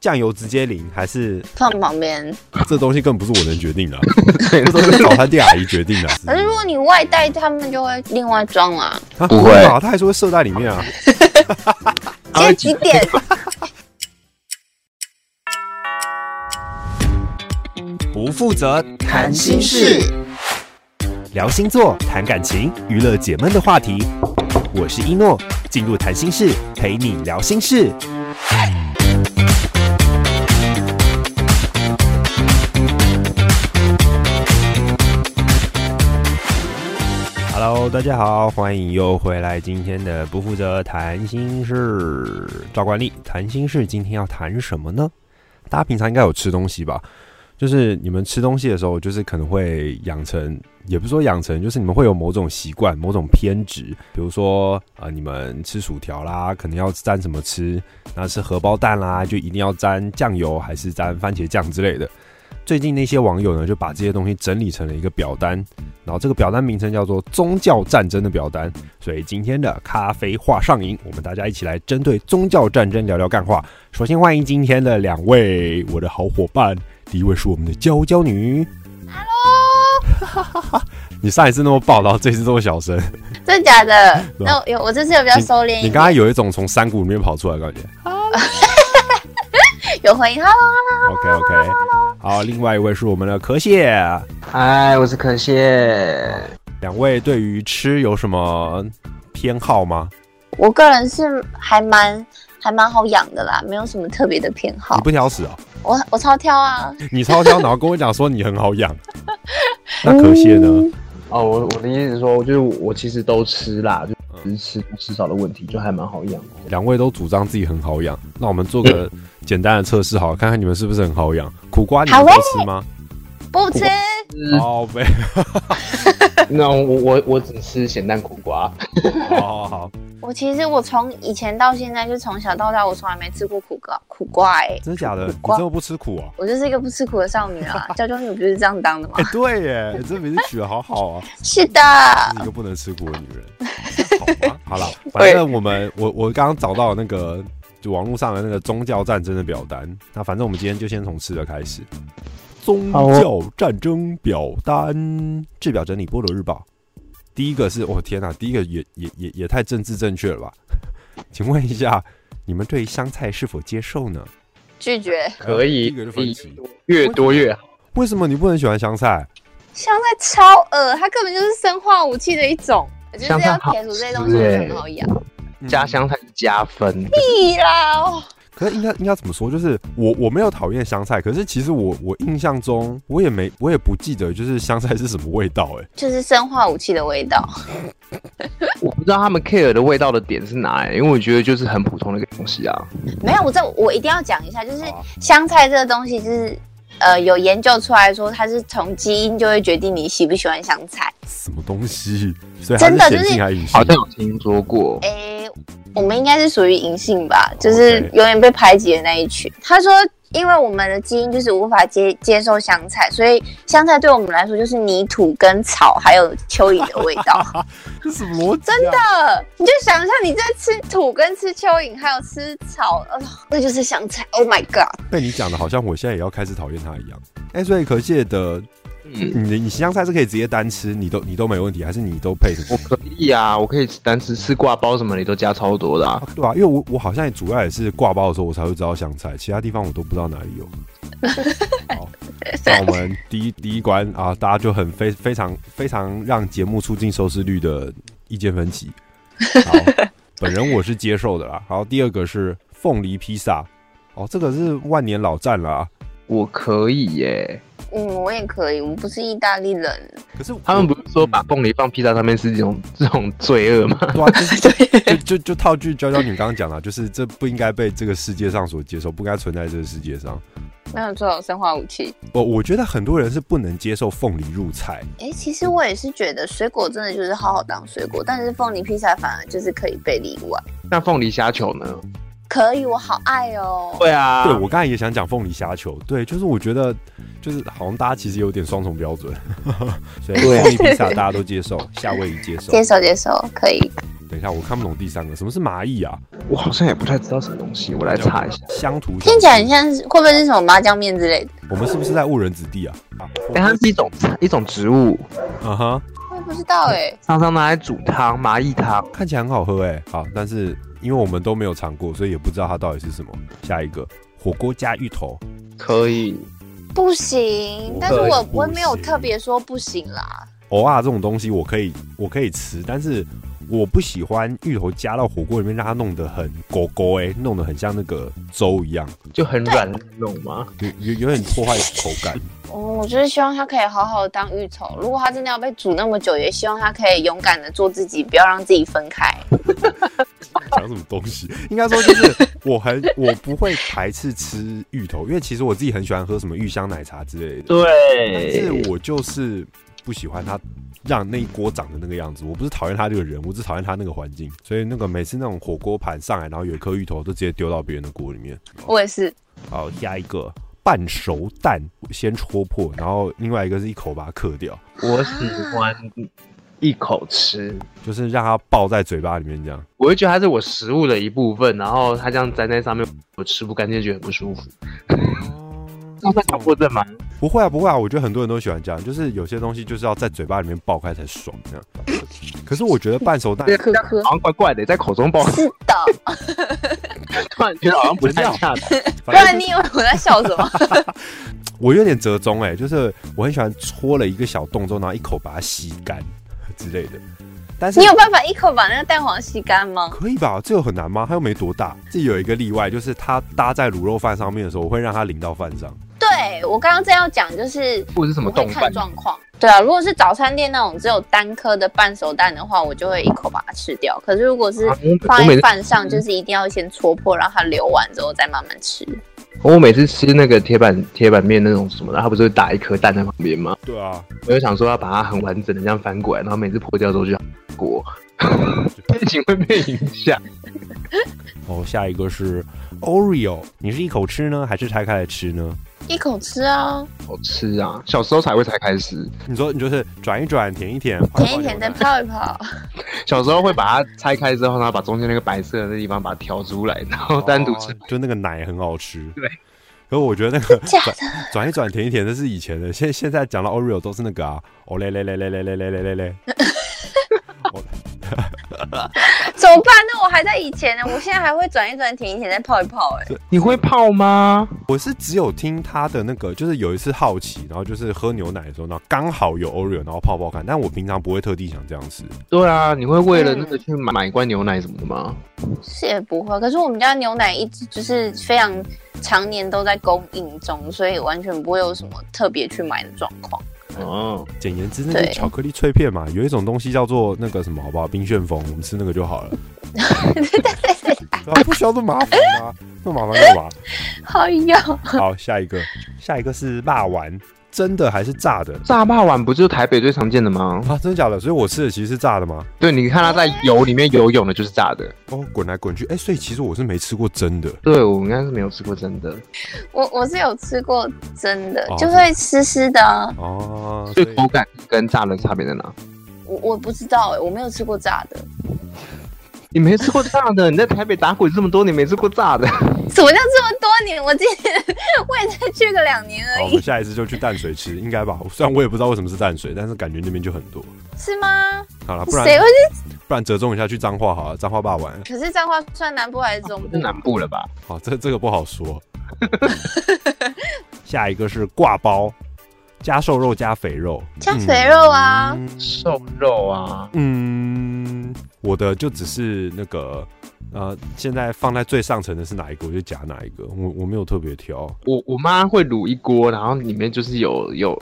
酱油直接淋还是放旁边。这东西根本不是我能决定的 啊，这都是早餐店阿姨决定的啊。可是如果你外带，他们就会另外装啦。啊哎不会吧？它还是会射在里面啊。 今天几点？ 不负责谈心事，聊星座、谈感情、娱乐解闷的话题。我是一诺，进入谈心室，陪你聊心事。Hello，大家好，欢迎又回来今天的不负责谈心事。照惯例，谈心事今天要谈什么呢？大家平常应该有吃东西吧？就是你们吃东西的时候，就是可能会养成，也不是说养成，就是你们会有某种习惯、某种偏执，比如说啊、呃你们吃薯条啦，可能要沾什么吃，那吃荷包蛋啦，就一定要沾酱油还是沾番茄酱之类的。最近那些网友呢，就把这些东西整理成了一个表单，然后这个表单名称叫做“宗教战争”的表单。所以今天的咖啡话上瘾，我们大家一起来针对宗教战争聊聊干话。首先欢迎今天的两位我的好伙伴，第一位是我们的娇娇女。Hello，你上一次那么爆，然后这次这么小声，真的假的？那我有我这次有比较收敛啊你一刚点，才有一种从山谷里面跑出来的感觉。有回应。Hello， OK OK，好，另外一位是我们的可蟹。嗨，哎我是可蟹。两位对于吃有什么偏好吗？我个人是还蛮还蛮好养的啦，没有什么特别的偏好你。不挑食哦，我我超挑啊，你超挑，然后跟我讲说你很好 养。那可蟹呢？嗯哦，我我的意思是说，就是我我其实都吃啦，就嗯只是吃多吃少的问题，就还蛮好养的。 两位都主张自己很好养，那我们做个简单的测试，好了，看看你们是不是很好养。苦瓜你们嗯都好欸吃吗？不吃。嗯好呗，那我我我只吃咸蛋苦瓜。好哦好好，我其实我从以前到现在，就从小到大，我从来没吃过苦瓜苦瓜哎、真的假的？你瓜这么不吃苦啊？我就是一个不吃苦的少女 啊，娇娇女不就是这样当的吗哎、？对耶，你这名字取得好好啊，是的，是一个不能吃苦的女人。好吗？好了，反正我们我我刚刚找到那个就网络上的那个宗教战争的表单，那反正我们今天就先从吃的开始。宗好哦教战争表单制表整理《波罗日报》，第一个是我、天哪、第一个也也也也太政治正确了吧？ 请问一下，你们对香菜是否接受呢？拒绝可以第一个就分歧。越多越好。为什么你不能喜欢香菜？香菜超恶，它根本就是生化武器的一种。我就是香菜要好撇除这些东吃西，我觉得欸很好养。嗯加香菜是加分，屁啦！哦可是应该应该怎么说？就是我我没有讨厌香菜，可是其实我我印象中我也没我也不记得就是香菜是什么味道哎、就是生化武器的味道。我不知道他们 care 的味道的点是哪、欸，因为我觉得就是很普通的一个东西啊。没有，我这我一定要讲一下，就是好啊香菜这个东西，就是呃有研究出来说，它是从基因就会决定你喜不喜欢香菜。什么东西？所以它真是的显就是性还是隐性好？像有听说过，诶、我们应该是属于银杏吧，就是 OK 永远被排挤的那一群。他说，因为我们的基因就是无法接接受香菜，所以香菜对我们来说就是泥土、跟草还有蚯蚓的味道。这 什么逻辑、啊？真的，你就想象你在吃土跟吃蚯蚓，还有吃草，呃，那就是香菜。Oh my god！被你讲的好像我现在也要开始讨厌它一样。哎、所以可蟹的嗯，你的你香菜是可以直接单吃，你都你都没问题，还是你都配什我么？可以啊，我可以单吃吃挂包什么，你都加超多的、啊。对吧、因为我我好像也主要也是挂包的时候我才会知道香菜，其他地方我都不知道哪里有。好，那我们第一第一关啊，大家就很非非常非常让节目促进收视率的意见分歧。好，本人我是接受的啦。好，第二个是凤梨披萨，哦，这个是万年老战了啊。我可以耶、嗯，我也可以，我不是意大利人。可是他们不是说把凤梨放披萨上面是一种 这种罪恶吗？对啊，就是就就就套句娇娇你刚刚讲了，啊就是这不应该被这个世界上所接受，不该存在这个世界上。没有错，生化武器。我我觉得很多人是不能接受凤梨入菜，诶，其实我也是觉得水果真的就是好好当水果，但是凤梨披萨反而就是可以被例外。那凤梨虾球呢？可以，我好爱哦。对啊，对我刚才也想讲凤梨虾球，对，就是我觉得就是好像大家其实有点双重标准，所以 对凤梨披萨大家都接受，夏威夷接受。接受接受，可以。等一下，我看不懂第三个，什么是麻蚁啊？我好像也不太知道什么东西，我来查一下。乡土小听起吃来很像是会不会是什么麻酱面之类的？我们是不是在误人子弟啊？哎、它是一种菜一种植物，啊哈，我也不知道哎、常常拿来煮汤，麻蚁汤。看起来很好喝哎、好，但是因为我们都没有尝过，所以也不知道它到底是什么。下一个火锅加芋头，可以，不行，但是对我我也没有不行特别说不行啦。偶尔这种东西我可以我可以吃，但是我不喜欢芋头加到火锅里面，让它弄得很狗狗哎、弄得很像那个粥一样，就很软那种吗？有有有点破坏口感。哦，我就是希望他可以好好的当芋头。如果他真的要被煮那么久，也希望他可以勇敢的做自己，不要让自己分开。讲什么东西？应该说就是我很我不会排斥吃芋头，因为其实我自己很喜欢喝什么芋香奶茶之类的。但是对，我就是不喜欢它让那一锅长的那个样子。我不是讨厌他这个人，我只讨厌他那个环境。所以那个每次那种火锅盘上来，然后有一颗芋头，都直接丢到别人的锅里面。我也是，好，下一个半熟蛋，先戳破，然后另外一个是一口把它嗑掉，我喜欢一口吃，就是让它爆在嘴巴里面这样。我会觉得它是我食物的一部分，然后它这样粘在上面，我吃不干净，觉得很不舒服。那算强迫症吗？不会啊，不会啊，我觉得很多人都喜欢这样，就是有些东西就是要在嘴巴里面爆开才爽这样。可是我觉得半熟蛋对可可好像怪怪的，在口中爆，是 的，突然觉得好像不太 恰当。不反正然你以为我在笑什 么？我有点折中哎、就是我很喜欢戳了一个小洞之后，然后一口把它吸干之类的。但是你有办法一口把那个蛋黄吸干吗？可以吧？这有很难吗？它又没多大。这有一个例外，就是它搭在卤肉饭上面的时候，我会让它淋到饭上。对我刚刚正要讲，就是或者是什么我会动看漫？状况。对啊，如果是早餐店那种只有单颗的半熟蛋的话，我就会一口把它吃掉。可是如果是啊我每放我每在次饭上，就是一定要先戳破，让它流完之后再慢慢吃。哦我每次吃那个铁板铁板面那种什么的，它不是会打一颗蛋在旁边吗？对啊，我就想说要把它很完整的这样翻过来，然后每次破掉之后就要裹。 心情会被影响， 哦，下一个是 Oreo，你是一口吃呢，还是拆开来吃呢？一口吃啊，好吃啊！小时候才会才开始，你说你就是转一转，舔一 舔，啊泡一泡舔一舔牛再奶泡一泡。 小时候会把它拆开之后，然后把中间那个白色的那地方把它挑出来，然后单独吃哦。就那个奶很好吃。对。可我觉得那个假转的转一转甜一甜，这是以前的，现现在讲到 Oreo 都是那个啊，哦嘞嘞嘞嘞嘞嘞嘞嘞嘞 嘞，怎么办？那我还在以前呢，我现在还会转一转，舔一舔，再泡一泡、哎，你会泡吗？我是只有听他的那个，就是有一次好奇，然后就是喝牛奶的时候，然后刚好有 Oreo，然后泡泡看，但我平常不会特地想这样吃。对啊，你会为了那个去买买一罐牛奶什么的吗？是也不会。可是我们家牛奶一直就是非常常年都在供应中，所以完全不会有什么特别去买的状况。嗯哦，简言之，那是对巧克力脆片嘛，有一种东西叫做那个什么，好不好？冰旋风，我们吃那个就好了。对啊，不需要这么麻烦啊，那么麻烦干嘛？哎呀，好，下一个，下一个是辣丸，真的还是炸的？炸霸丸不就是台北最常见的吗？啊，真的假的？所以我吃的其实是炸的吗？对，你看它在油里面游泳的，就是炸的。哦，滚来滚去，哎、所以其实我是没吃过真的。对，我应该是没有吃过真的，我我是有吃过真的哦，就会湿湿的啊、哦，所以口感跟炸的差别在哪？我我不知道、哎，我没有吃过炸的。你没吃过炸的，你在台北打滚这么多年，没吃过炸的，什么叫这么多年？我今年我也才去个两年而好，我已们，下一次就去淡水吃，应该吧？虽然我也不知道为什么是淡水，但是感觉那边就很多。是吗？好了，不然谁会去？不然折中一下去彰化好了，彰化霸玩。可是彰化算南部还是中部是？南部了吧？好，这这个不好说。 下一个是挂包，加瘦肉加肥肉，加肥肉啊嗯瘦肉啊，嗯，我的就只是那个呃，现在放在最上层的是哪一个，我就夹哪一个，我我没有特别挑。我我妈会卤一锅，然后里面就是有有，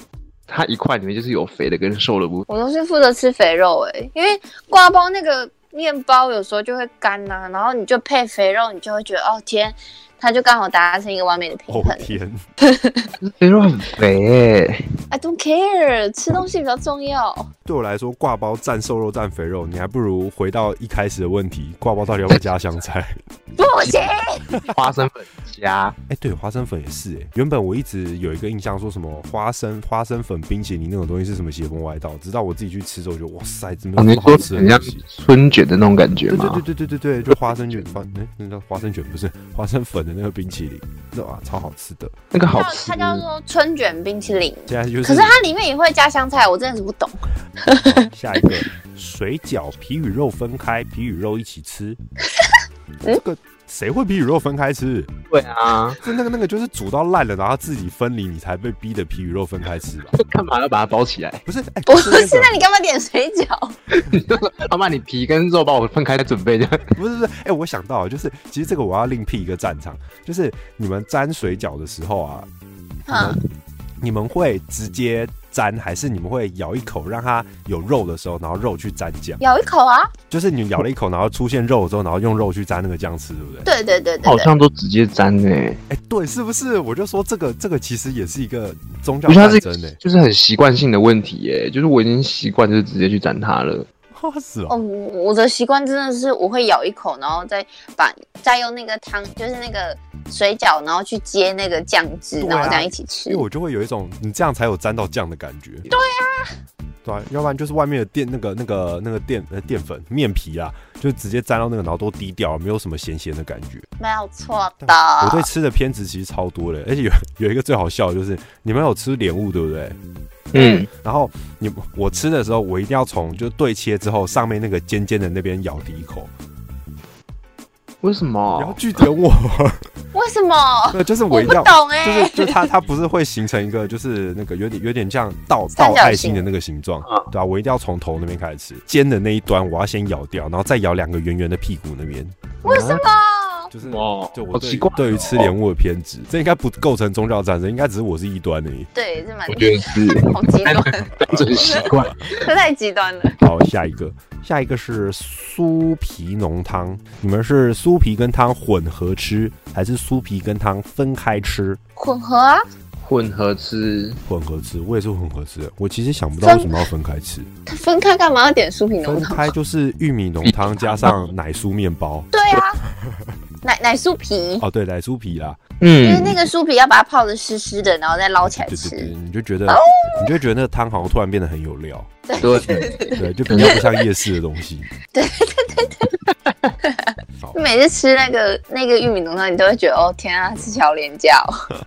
它一块里面就是有肥的跟瘦的部分。我都是负责吃肥肉哎、因为挂包那个面包有时候就会干呐、然后你就配肥肉，你就会觉得哦天，它就刚好达成一个完美的平哦衡。天， 肥肉很肥欸， I don't care，吃东西比较重要。对我来说，挂包蘸瘦肉蘸肥肉，你还不如回到一开始的问题，挂包到底要不要加香菜？不行，花生粉 加哎、对，花生粉也是、哎，原本我一直有一个印象，说什么花生花生粉冰淇淋那种东西是什么邪风歪道，直到我自己去吃之后，我觉得哇塞，怎么有哦你这是么好说吃很的像东西？春卷的那种感觉对吗？对对对对对对，就花生卷，花哎、那叫花生卷不是花生粉的那个冰淇淋，那哇超好吃的。那个好叫吃它。叫做春卷冰淇淋，现在就可是它里面也会加香菜，我真的是不懂。好下一个水饺皮与肉分开，皮与肉一起 吃。嗯这个谁会皮与肉分开吃？对啊，是那个那个就是煮到烂了，然后自己分离，你才被逼的皮与肉分开吃吧？干嘛要把它包起来？ 不是，哎、不是那是，那个你干嘛点水饺？妈妈，你皮跟肉把我分开再准备，这样不是不是，哎、我想到了，就是其实这个我要另辟一个战场，就是你们沾水饺的时候啊，哈，你们会直接沾，还是你们会咬一口让它有肉的时候，然后肉去沾酱？咬一口啊！就是你咬了一口，然后出现肉之后，然后用肉去沾那个酱吃，对不哦对？对对对对好对，像都直接欸粘呢、哎、对，是不是？我就说这个这个其实也是一个宗教我觉战得它是争欸 呢、就是很习惯性的问题耶、就是我已经习惯就是直接去粘它了。欸，是哦，哦，我的习惯真的是我会咬一口，然后再把再用那个汤，就是那个水饺，然后去接那个酱汁，对啊然后这样一起因吃为。我就会有一种你这样才有沾到酱的感觉。对啊，对啊，要不然就是外面的淀那个那个那个淀呃淀粉面皮啊，就直接沾到那个，然后都低调，没有什么咸咸的感觉。没有错的。我对吃的偏执其实超多的，而且有 有一个最好笑的就是你们有吃莲雾对不对？嗯，然后你我吃的时候，我一定要从就对切之后上面那个尖尖的那边咬第一口，为什然后么？据点我， 为什么？对就是我我一不定要。懂哎、就是就 它它不是会形成一个就是那个有点有点像倒三倒角爱心形的那个形状啊，对啊，我一定要从头那边开始吃，尖的那一端我要先咬掉，然后再咬两个圆圆的屁股那边，为什么？就是哦，就我好对奇怪，哦对于吃莲雾的偏执，这应该不构成宗教战争，应该只是我是异端而已。对，这蛮我觉得是 好极端，单纯习惯。这 太极端了。好，下一个，下一个是酥皮浓汤，你们是酥皮跟汤混合吃，还是酥皮跟汤分开吃？混合啊，混合吃，混合吃，我也是混合吃的，我其实想不到为什么要分开吃。它分开干嘛要点酥皮浓分汤？开就是玉米浓汤加上奶酥面包。对 啊，奶奶酥皮，哦，对，奶酥皮啦，因为那嗯，个酥皮要把它泡的湿湿的，然后再捞起来对对对，吃。哦你就觉得，你就觉得那个汤好像突然变得很有料，对，对，就比较不像夜市的东 西。 你每次吃那个那个玉米浓汤，你都会觉得哦天啊，吃起来好廉价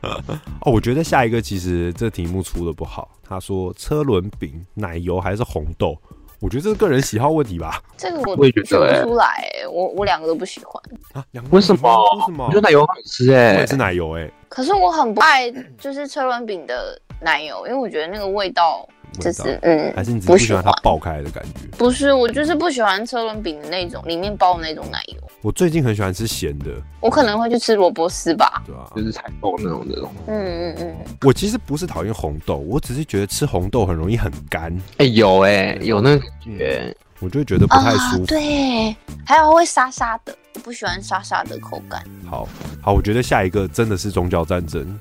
哦。哦，我觉得下一个其实这题目出的不好，他说车轮饼、奶油还是红豆，我觉得这是个人喜好问题吧。这个我我也觉得选欸哎不出来欸、我我两个都不喜欢。啊，两个为什么为什么？我觉得奶油很好吃我哎也，是奶油哎、欸，可是我很不爱嗯就是车轮饼的奶油，因为我觉得那个味道就味道是嗯还是你只是不不喜喜欢欢它。爆开的感觉。不是，我就是不喜欢车轮饼的那种，里面包的那种奶油。我最近很喜欢吃咸的，我可能会去吃萝卜丝吧。对吧、就是采购那种的。嗯嗯嗯，我其实不是讨厌红豆，我只是觉得吃红豆很容易很干，哎、有哎、有那个感觉，我就会觉得不太舒服。啊对，还有会沙沙的，我不喜欢沙沙的口感。好好，我觉得下一个真的是宗教战争，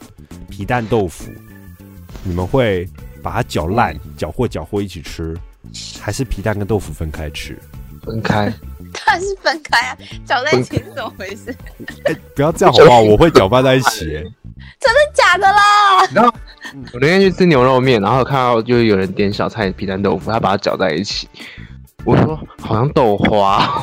皮蛋豆腐，你们会把它搅烂，搅和搅和一起吃，还是皮蛋跟豆腐分开吃？分开。 它是分开啊，搅在一起是怎么回事？ 真哎不要这样好不好？我会搅拌在一起、欸。的假的啦？嗯我那天去吃牛肉面，然后看到就是有人点小菜皮蛋豆腐，他把它搅在一起。我说好像豆花，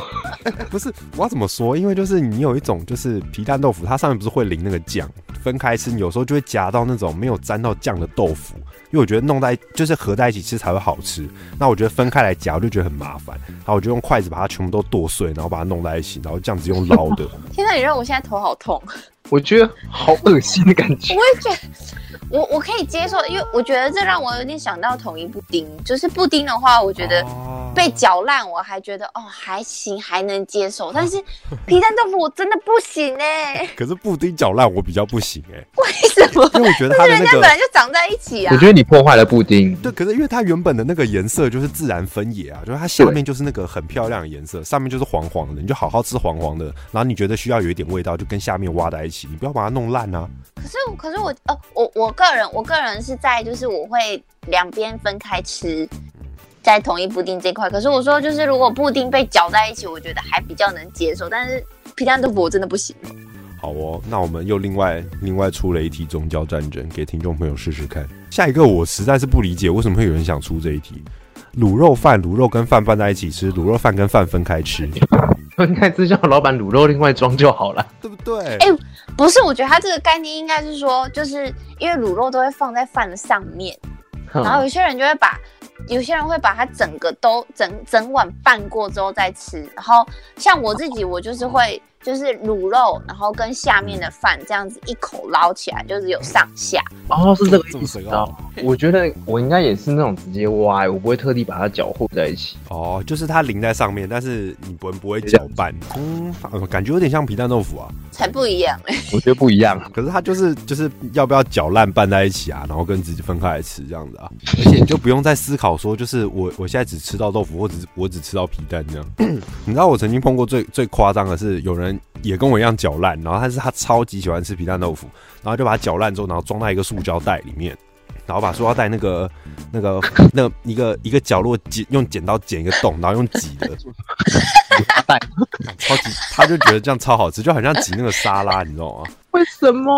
不是，我要怎么说？因为就是你有一种就是皮蛋豆腐，它上面不是会淋那个酱，分开吃，你有时候就会夹到那种没有沾到酱的豆腐，因为我觉得弄在就是合在一起吃才会好吃。那我觉得分开来夹，我就觉得很麻烦，然后我就用筷子把它全部都剁碎，然后把它弄在一起，然后这样子用捞的。天哪，你让我现在头好痛。我觉得好恶心的感觉我。也觉得，我我可以接受，因为我觉得这让我有点想到统一布丁。就是布丁的话，我觉得哦被搅烂，我还觉得哦还行，还能接受。哦但是皮蛋豆腐我真的不行哎、可是布丁搅烂我比较不行哎、为什 么？因为我觉得它但的是人那家本个，来就长在一起啊我觉。得你破坏了布丁，对，可是因为它原本的那个颜色就是自然分野啊，就是它下面就是那个很漂亮的颜色，上面就是黄黄的，你就好好吃黄黄的，然后你觉得需要有一点味道，就跟下面挖在一起，你不要把它弄烂啊。可是可是我呃我我个人我个人是在就是我会两边分开吃，在同一布丁这块。可是我说就是如果布丁被搅在一起，我觉得还比较能接受，但是皮蛋豆腐我真的不行。好哦，那我们又另外另外出了一题宗教战争，给听众朋友试试看。下一个我实在是不理解，为什么会有人想出这一题？卤肉饭，卤肉跟饭拌在一起吃，卤肉饭跟饭分开吃， 应该是叫老板卤肉另外装就好了。对不对？哎不是，我觉得它这个概念应该是说，就是因为卤肉都会放在饭的上面， 然后有些人就会把，有些人会把它整个都整整碗拌过之后再吃。然后像我自己，我就是会就是卤肉，然后跟下面的饭这样子一口捞起来，就是有上下。哦，是这个这意么思深啊奥。 我觉得我应该也是那种直接挖、我不会特地把它搅和在一起。哦，就是它淋在上面，但是你不不会搅拌，嗯，呃感觉有点像皮蛋豆腐啊。才不一样、 欸，我觉得不一样，可是它就是就是要不要搅烂拌在一起啊，然后跟自己分开来吃这样子啊，而且你就不用再思考说，就是我我现在只吃到豆腐，或者是我只吃到皮蛋这样。你知道我曾经碰过最最夸张的是，有人也跟我一样搅烂，然后但是他超级喜欢吃皮蛋豆腐，然后就把它搅烂之后，然后装在一个塑胶袋里面。然后把塑料袋那个、那个、那个一个一个角落剪，用剪刀剪一个洞，然后用挤的，超级，他就觉得这样超好吃，就很像挤那个沙拉，你知道吗？为什么？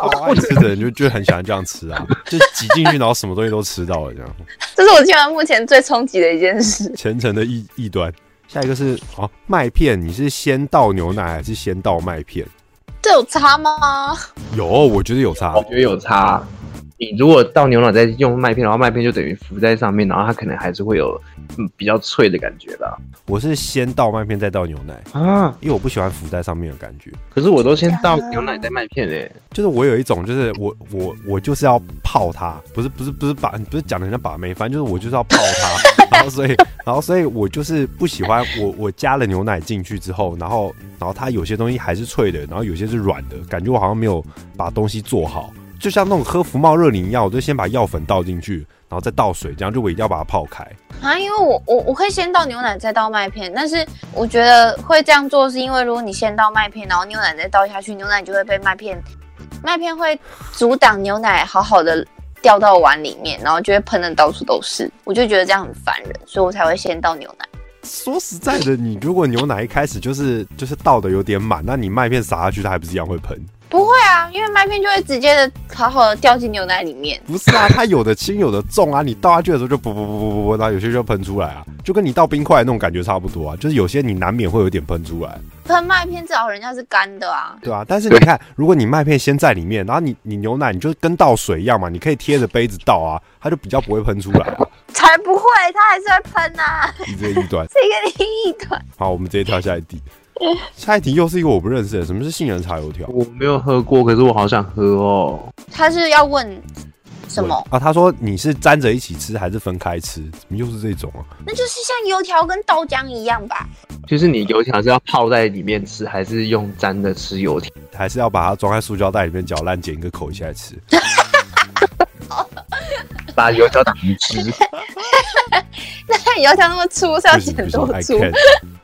超爱吃的人就就很喜欢这样吃啊，就挤进去，然后什么东西都吃到了，这样这是我听完目前最冲击的一件事。虔诚的异异端。下一个是哦，麦片，你是先倒牛奶还是先倒麦片？这有差吗？有，我觉得有差我。觉得有差。你如果倒牛奶再用麦片，然后麦片就等于浮在上面，然后它可能还是会有嗯比较脆的感觉吧。我是先倒麦片再倒牛奶，啊，因为我不喜欢浮在上面的感觉。可是我都先倒啊牛奶再麦片嘞、就是我有一种，就是我我我就是要泡它，不是不是不是把不是讲的人家把妹，反正就是我就是要泡它，然后所以然后所以我就是不喜欢我我加了牛奶进去之后，然后然后它有些东西还是脆的，然后有些是软的，感觉我好像没有把东西做好，就像那种喝福茂热饮一样，我就先把药粉倒进去，然后再倒水，这样就我一定要把它泡开。啊，因为我我我会先倒牛奶再倒麦片，但是我觉得会这样做是因为如果你先倒麦片，然后牛奶再倒下去，牛奶就会被麦片，麦片会阻挡牛奶好好的掉到碗里面，然后就会喷的到处都是，我就觉得这样很烦人，所以我才会先倒牛奶。说实在的，你如果牛奶一开始就是就是倒的有点满，那你麦片撒下去，它还不是一样会喷？不会啊，因为麦片就会直接的好好的掉进牛奶里面。不是啊，它有的轻有的重啊，你倒下去的时候就啵啵啵啵啵啵，然后有些就喷出来啊，就跟你倒冰块那种感觉差不多啊，就是有些你难免会有点喷出来，喷麦片至少人家是干的啊，对啊。但是你看，如果你麦片先在里面，然后你你牛奶你就跟倒水一样嘛，你可以贴着杯子倒啊，它就比较不会喷出来啊。才不会，它还是会喷啊， 你这个异端，这个异端。好，我们直接跳下一题。下一题又是一个我不认识的，什么是杏仁茶油条？我没有喝过，可是我好想喝哦。他是要问什么？啊？他说你是沾着一起吃还是分开吃？怎么又是这种啊？那就是像油条跟豆浆一样吧？就是你油条是要泡在里面吃，还是用粘的吃油条？还是要把它装在塑胶袋里面搅烂，剪一个口一起来吃？把油条打成汁， 那油条那么粗，是要不行剪不行多，I 粗？ can't。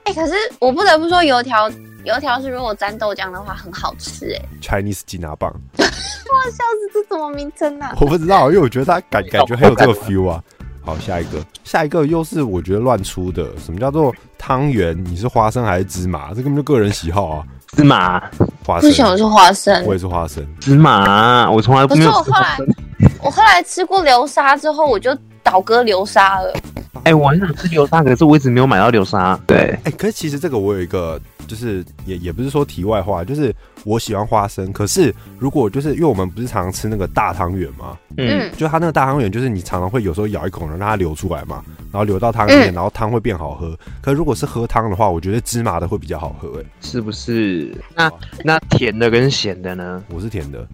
哎、可是我不得不说油条，油条是如果沾豆浆的话很好吃哎、 Chinese 吉拿棒，哇，笑死，这什么名称啊？ 我不知道，因为我觉得他感感觉很有这个 feel 啊。 好，下一个，下一个又是我觉得乱出的，什么叫做汤圆？你是花生还是芝麻？这根本就个人喜好 啊。芝麻，花不行，我生，是花生我。也是花生。芝麻，我从来可没是有我吃后过。来， 我后来吃过流沙之后，我就倒戈流沙了。哎、我很想吃流沙，可是我一直没有买到流沙。对，哎、可是其实这个我有一个，就是也也不是说题外话，就是我喜欢花生，可是如果就是因为我们不是常常吃那个大汤圆吗？嗯，就它那个大汤圆，就是你常常会有时候咬一口，然后让它流出来嘛，然后流到汤里面，嗯然后汤会变好喝。可如果是喝汤的话，我觉得芝麻的会比较好喝、哎，哦是不是？那那甜的跟咸的呢？我是甜的，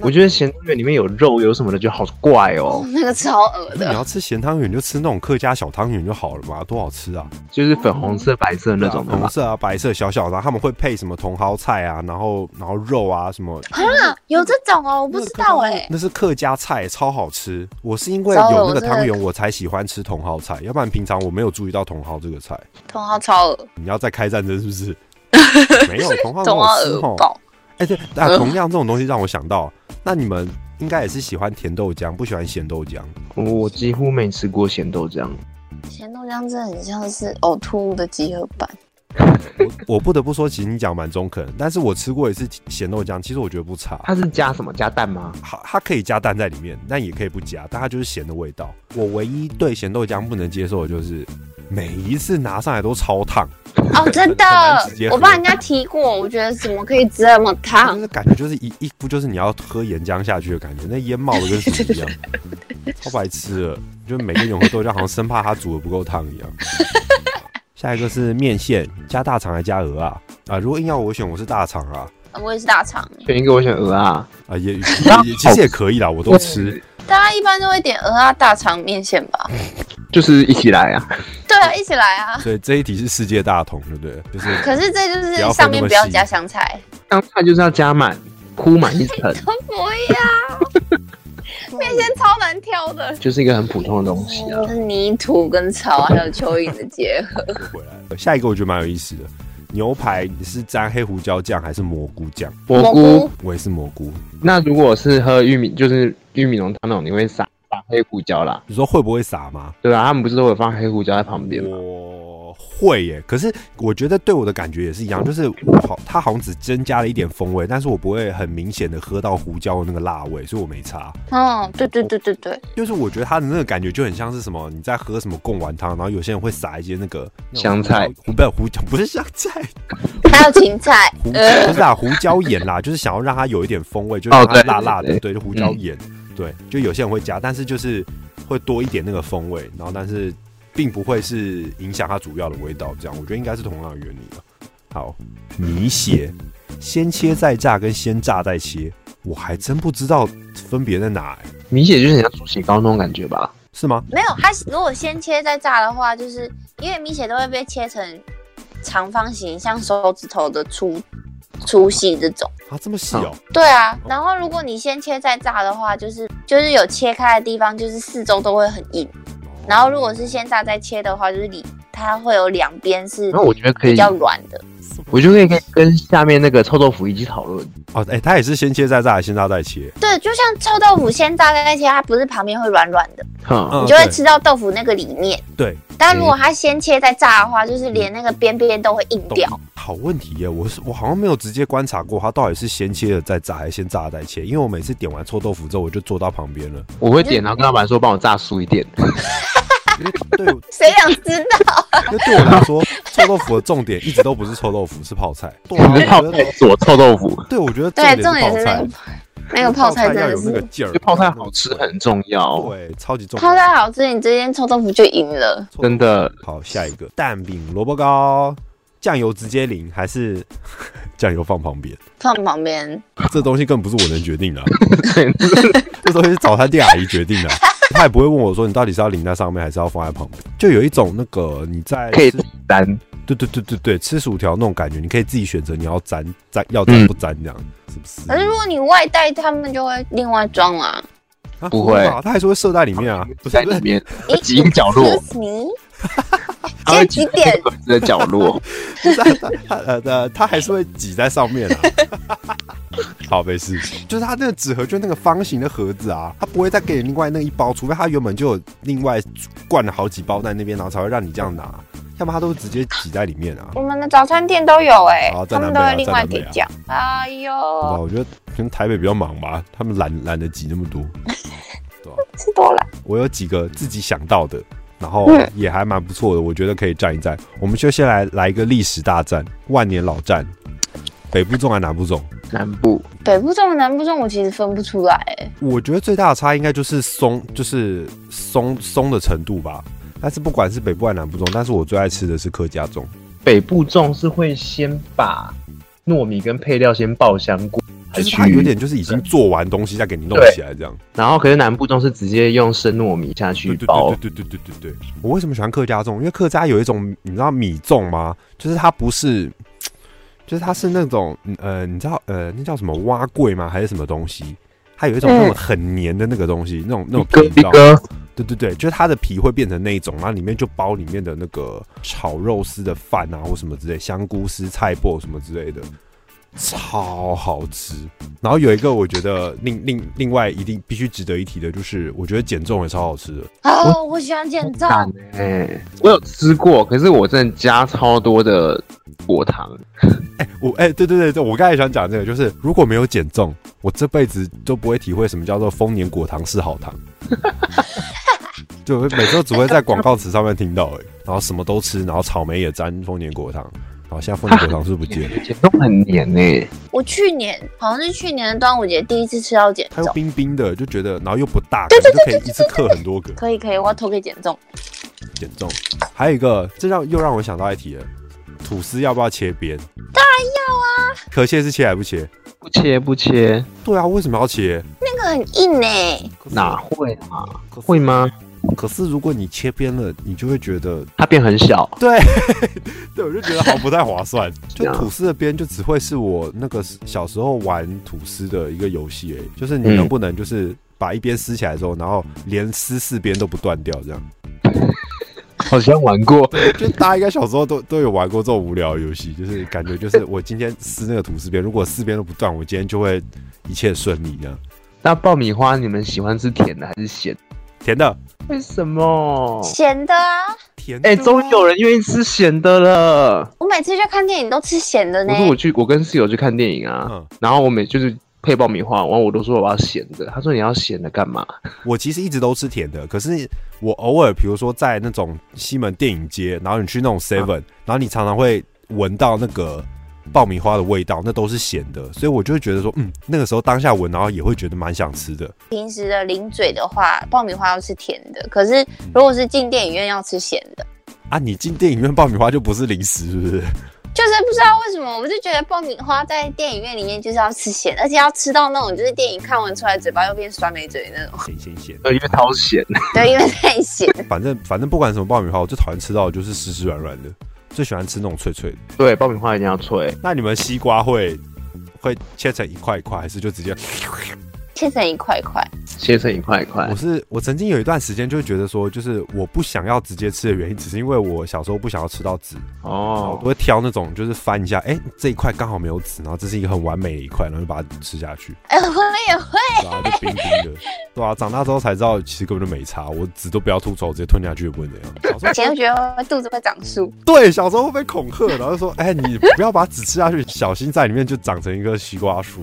我觉得咸汤圆里面有肉有什么的，觉得好怪哦，那个超恶你的，要吃咸汤圆就吃那种客家小汤圆就好了嘛，多好吃啊！就是粉红色、白色那种嗯的红嘛。色啊、白色小小的，然后他们会配什么茼蒿菜啊，然后然后肉啊什么，啊，有这种哦，我不知道哎、那是客家菜，超好吃。我是因为糟了有那个我真的汤圆，我才喜欢吃茼蒿菜，要不然平常我没有注意到茼蒿这个菜。茼蒿超恶，你要再开战争是不是？ 没有茼蒿很茼蒿好吃恶吼。爆，哎、对，那呃同样这种东西让我想到，那你们应该也是喜欢甜豆浆，不喜欢咸豆浆。我几乎没吃过咸豆浆，咸豆浆真的很像是呕吐物的集合版，我我不得不说，其实你讲蛮中肯，但是我吃过一次咸豆浆，其实我觉得不差。它是加什么？加蛋吗？它它可以加蛋在里面，但也可以不加，但它就是咸的味道。我唯一对咸豆浆不能接受的就是，每一次拿上来都超烫，哦，真的很难直接，喝我帮人家提过，我觉得怎么可以这么烫就？是感觉就是一一副就是你要喝岩浆下去的感觉，那烟冒的跟什么一样，超白痴了。就每个永和豆浆好像生怕它煮的不够烫一样。 下一个是面线，加大肠还加鹅啊啊！如果硬要我选，我是大肠啊我也是大肠，选一个，我选鹅啊。啊也也也其实也可以啦，我都吃。大家一般都会点鹅啊大肠面线 吧？就是一起来啊！对啊，一起来啊！所以这一题是世界大同，对不对？就是可是这就不要分是上面那么不要细加香菜，当菜就是要加满，铺满一 层，我不要，面线超难挑的。就是一个很普通的东西啊。是泥土跟草还有蚯蚓的结合。回来了。下一个我觉得蛮有意思的，牛排你是沾黑胡椒酱还是蘑菇酱？蘑菇，我也是蘑菇。那如果是喝玉米，就是玉米浓汤那种，你会撒撒黑胡椒啦，你说会不会撒吗？对吧、他们不是都有放黑胡椒在旁边吗？我会耶，可是我觉得对我的感觉也是一样，就是我好，它好像只增加了一点风味，但是我不会很明显的喝到胡椒的那个辣味，所以我没差。哦，对对对对对，就是我觉得它的那个感觉就很像是什么，你在喝什么贡丸汤，然后有些人会撒一些那个那种香菜胡椒，胡不是胡椒，不是香菜，还有芹菜胡，呃，不是啊，胡椒盐啦，就是想要让它有一点风味，就是让它对辣辣的，对对，就胡椒盐，对，就有些人会加，但是就是会多一点那个风味，然后但是并不会是影响它主要的味道，这样我觉得应该是同样的原理了。好，米血先切再炸跟先炸再切，我还真不知道分别在哪、欸，米血就是很像猪血糕那种感觉吧？是吗？没有它如果先切再炸的话，就是因为米血都会被切成长方形，像手指头的粗粗细这种。啊，这么细哦、对啊，然后如果你先切再炸的话，就是就是有切开的地方，就是四周都会很硬。然后如果是先炸再切的话，就是里它会有两边是那我觉得可以比较软的。我就可以跟下面那个臭豆腐一起讨论。哦，哎、它也是先切再炸，先炸再切，对，就像臭豆腐先炸再切，它不是旁边会软软的，哼，嗯你就会对嗯吃到豆腐那个里面。对，但如果它先切再炸的话，就是连那个边边都会硬懂掉。好问题耶，我是我好像没有直接观察过它到底是先切了再炸，还是先炸了再切。因为我每次点完臭豆腐之后，我就坐到旁边了。我会点，然后跟老板说帮我炸酥一点。因为对，因谁想知道？为对我来说，臭豆腐的重点一直都不是臭豆腐，是泡菜。对啊，你是泡我觉菜得，佐臭豆腐，对我觉得对，重重点点是那泡个菜，那个泡菜真要的有那个是劲啊儿，泡菜好吃很重要，对，超级重要泡菜好吃，你这间臭豆腐就赢了。臭豆腐真的。好，下一个蛋饼、萝卜糕、酱油直接淋还是 酱油放旁边？放旁边，这东西更不是我能决定的、啊，这东西是早餐店阿姨决定的 啊、她也不会问我说你到底是要淋在上面还是要放在旁边，就有一种那个你在可以吃单对对对对对吃薯条那种感觉，你可以自己选择你要沾 沾要沾嗯不沾这样，是不是？可是如果你外带，他们就会另外装啦、啊不会哦吧，它还是会射在里面啊，不是在 不里是面诶挤一个角落， Excuse me，然今后天几点？在角 落，不是啊它它呃呃它还是会挤在上面 啊。好，没事，就是它那个纸盒，就是那个方形的盒子啊，它不会再给你另外那一包，除非它原本就有另外灌了好几包在那边，然后才会让你这样拿，要么它都直接挤在里面啊。我们的早餐店都有哎、好在他南北们都啊会另外给在酱。哎对吧？呦，我觉得可能台北比较忙吧，他们懒懒得挤那么多。对吧？吃多了。我有几个自己想到的，然后嗯也还蛮不错的，我觉得可以站一站。我们就先来来一个历史大战，万年老战，北部中还南部中？南部北部粽、南部粽，我其实分不出来、欸。我觉得最大的差应该就是松，就是松松的程度吧。但是不管是北部还是南部中，但是我最爱吃的是客家粽。北部粽是会先把糯米跟配料先爆香过，就是去它有点就是已经做完东西再给你弄起来这样。然后可是南部粽是直接用生糯米下去对对包，对对对对对对对。我为什么喜欢客家粽？因为客家有一种你知道米粽吗？就是它不是，就是它是那种嗯呃，你知道呃，那叫什么蛙桂吗？还是什么东西？它有一种嗯那种很黏的那个东西，那种那种一个皮，你知一道吗个对对对，就是它的皮会变成那一种，然后里面就包里面的那个炒肉丝的饭啊，或什么之类，香菇丝、菜脯什么之类的，超好吃。然后有一个我觉得另另另外一定必须值得一提的，就是我觉得减重也超好吃的。哦，我喜欢减重，蛋哎、我有吃过，可是我真的加超多的果糖，我哎、对对对对，我刚才想讲这个，就是如果没有减重，我这辈子都不会体会什么叫做丰年果糖是好糖。 就我每次都只会在广告词上面听到、哎，然后什么都吃，然后草莓也沾丰年果糖，然后现在丰年果糖是不是不见了，而且都很黏哎、我去年好像是去年的端午节第一次吃到减它重又，冰冰的，就觉得然后又不大，感觉就可以一次刻很多个可以可以，我要投给减重。减重。还有一个，这让又让我想到一题了，吐司要不要切边？当然要啊！可切是切还不切？不切不切，对啊，为什么要切？那个很硬欸呢、哪会啊？可是会？吗？可是如果你切边了，你就会觉得它变很小，对，对，我就觉得好像不太划 算。就这样吐司的边就只会是我那个小时候玩吐司的一个游戏而已，就是你嗯能不能就是把一边撕起来之后，然后连撕四边都不断掉，这样。好像玩过。就大家应该小时候都都有玩过这种无聊的游戏，就是感觉就是我今天撕那个吐司边，如果四边都不断，我今天就会一切顺利这样。那爆米花你们喜欢吃甜的还是咸的？甜的，为什哦么？咸的啊，甜的哎、终于有人愿意吃咸的了。我每次去看电影都吃咸的呢我。说我去，我跟室友去看电影啊，嗯然后我每就是配爆米花，然后我都说我要咸的，他说你要咸的干嘛？我其实一直都吃甜的，可是我偶尔，比如说在那种西门电影街，然后你去那种 Seven，、然后你常常会闻到那个爆米花的味道，那都是咸的，所以我就会觉得说，嗯，那个时候当下闻，然后也会觉得蛮想吃的。平时的零嘴的话，爆米花要吃甜的，可是如果是进电影院要吃咸的，啊，你进电影院爆米花就不是零食，是不是？就是不知道为什么，我就觉得爆米花在电影院里面就是要吃咸，而且要吃到那种就是电影看完出来嘴巴又变酸梅 嘴那种，咸咸咸，呃，因为超咸，对，因为太咸。反正反正不管什么爆米花，我最讨厌吃到的就是湿湿软软的，最喜欢吃那种脆脆的。对，爆米花一定要脆，那你们西瓜会会切成一块一块，还是就直接？切成一块一块，切成一块一块我。是我曾经有一段时间就觉得说，就是我不想要直接吃的原因，只是因为我小时候不想要吃到籽，然后我哦都，会挑那种就是翻一下，哎、这一块刚好没有籽，然后这是一个很完美的一块，然后就把它吃下去，哎、我也会，然后就冰冰的，对啊，长大之后才知道其实根本就没差，我籽都不要吐出来，我直接吞下去也不会怎样。小时候以前就觉得肚子会长树，对，小时候会被恐吓，然后就说：“哎、你不要把籽吃下去，小心在里面就长成一个西瓜树。”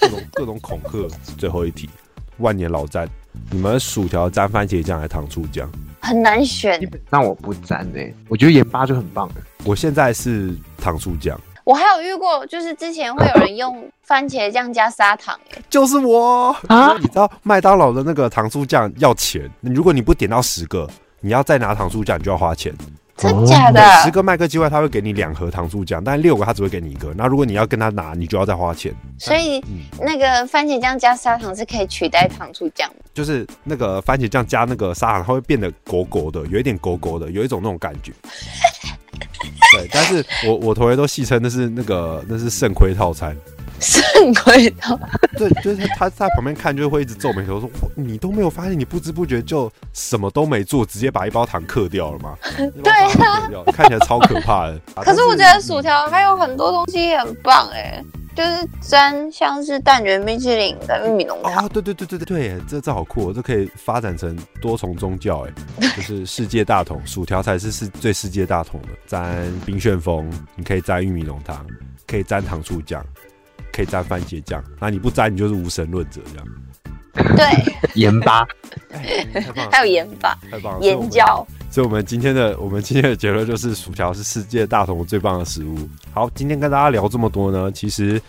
各种 各种恐吓。最后一题，万年老詹，你们薯条沾番茄酱还是糖醋酱？很难选基。本上我不沾诶、我觉得盐巴就很棒了。我现在是糖醋酱，我还有遇过，就是之前会有人用番茄酱加砂糖、哎，就是我啊你知道麦当劳的那个糖醋酱要钱，如果你不点到十个，你要再拿糖醋酱，你就要花钱。真假的？哦十个麦克鸡块他会给你两盒糖醋酱，但六个他只会给你一个。那如果你要跟他拿，你就要再花钱。所以嗯那个番茄酱加砂糖是可以取代糖醋 酱的。就是那个番茄酱加那个砂糖，它会变得狗狗的，有一点狗狗的，有一种那种感 觉。对，但是我我同学都戏称那是那个那是肾亏套餐。肾亏的，对，就是他他在旁边看就会一直皱眉头说：“哇你都没有发现，你不知不觉就什么都没做，直接把一包糖嗑掉了 吗？”对啊，看起来超可怕的。啊可是我觉但得薯条还有很多东西也很棒哎、就是沾像是蛋卷冰淇淋跟玉米浓汤，啊，对对对对对对，这这好酷、哦，这可以发展成多重宗教哎，就是世界大同，薯条才是世最世界大同的，沾冰旋风，你可以沾玉米浓汤，可以沾糖醋酱，可以沾番茄酱，那你不沾你就是无神论者这样。对，盐巴，哎，太棒了， 还有盐巴、太棒了，盐椒。所以，我们今天的我们今天的结论就是，薯条是世界大同最棒的食物。好，今天跟大家聊这么多呢，其实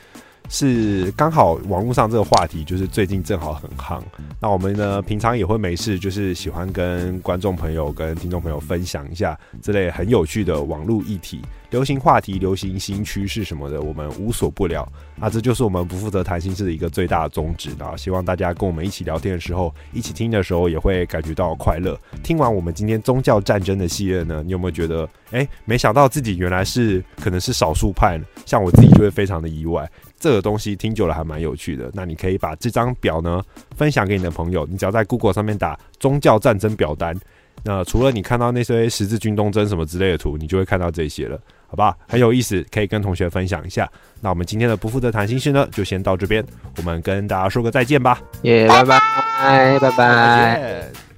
是刚好网络上这个话题就是最近正好很夯。那我们呢，平常也会没事，就是喜欢跟观众朋友、跟听众朋友分享一下这类很有趣的网络议题。流行话题、流行新趋势什么的，我们无所不聊。啊，这就是我们不负责谈心事的一个最大的宗旨。然后希望大家跟我们一起聊天的时候，一起听的时候，也会感觉到快乐。听完我们今天宗教战争的系列呢，你有没有觉得，哎，没想到自己原来是可能是少数派呢？像我自己就会非常的意外。这个东西听久了还蛮有趣的，那你可以把这张表呢分享给你的朋友，你只要在 Google 上面打“宗教战争表单”，那除了你看到那些十字军东征什么之类的图，你就会看到这些了，好吧？很有意思，可以跟同学分享一下。那我们今天的不负责谈心事呢，就先到这边，我们跟大家说个再见吧，耶、拜拜，拜拜。再见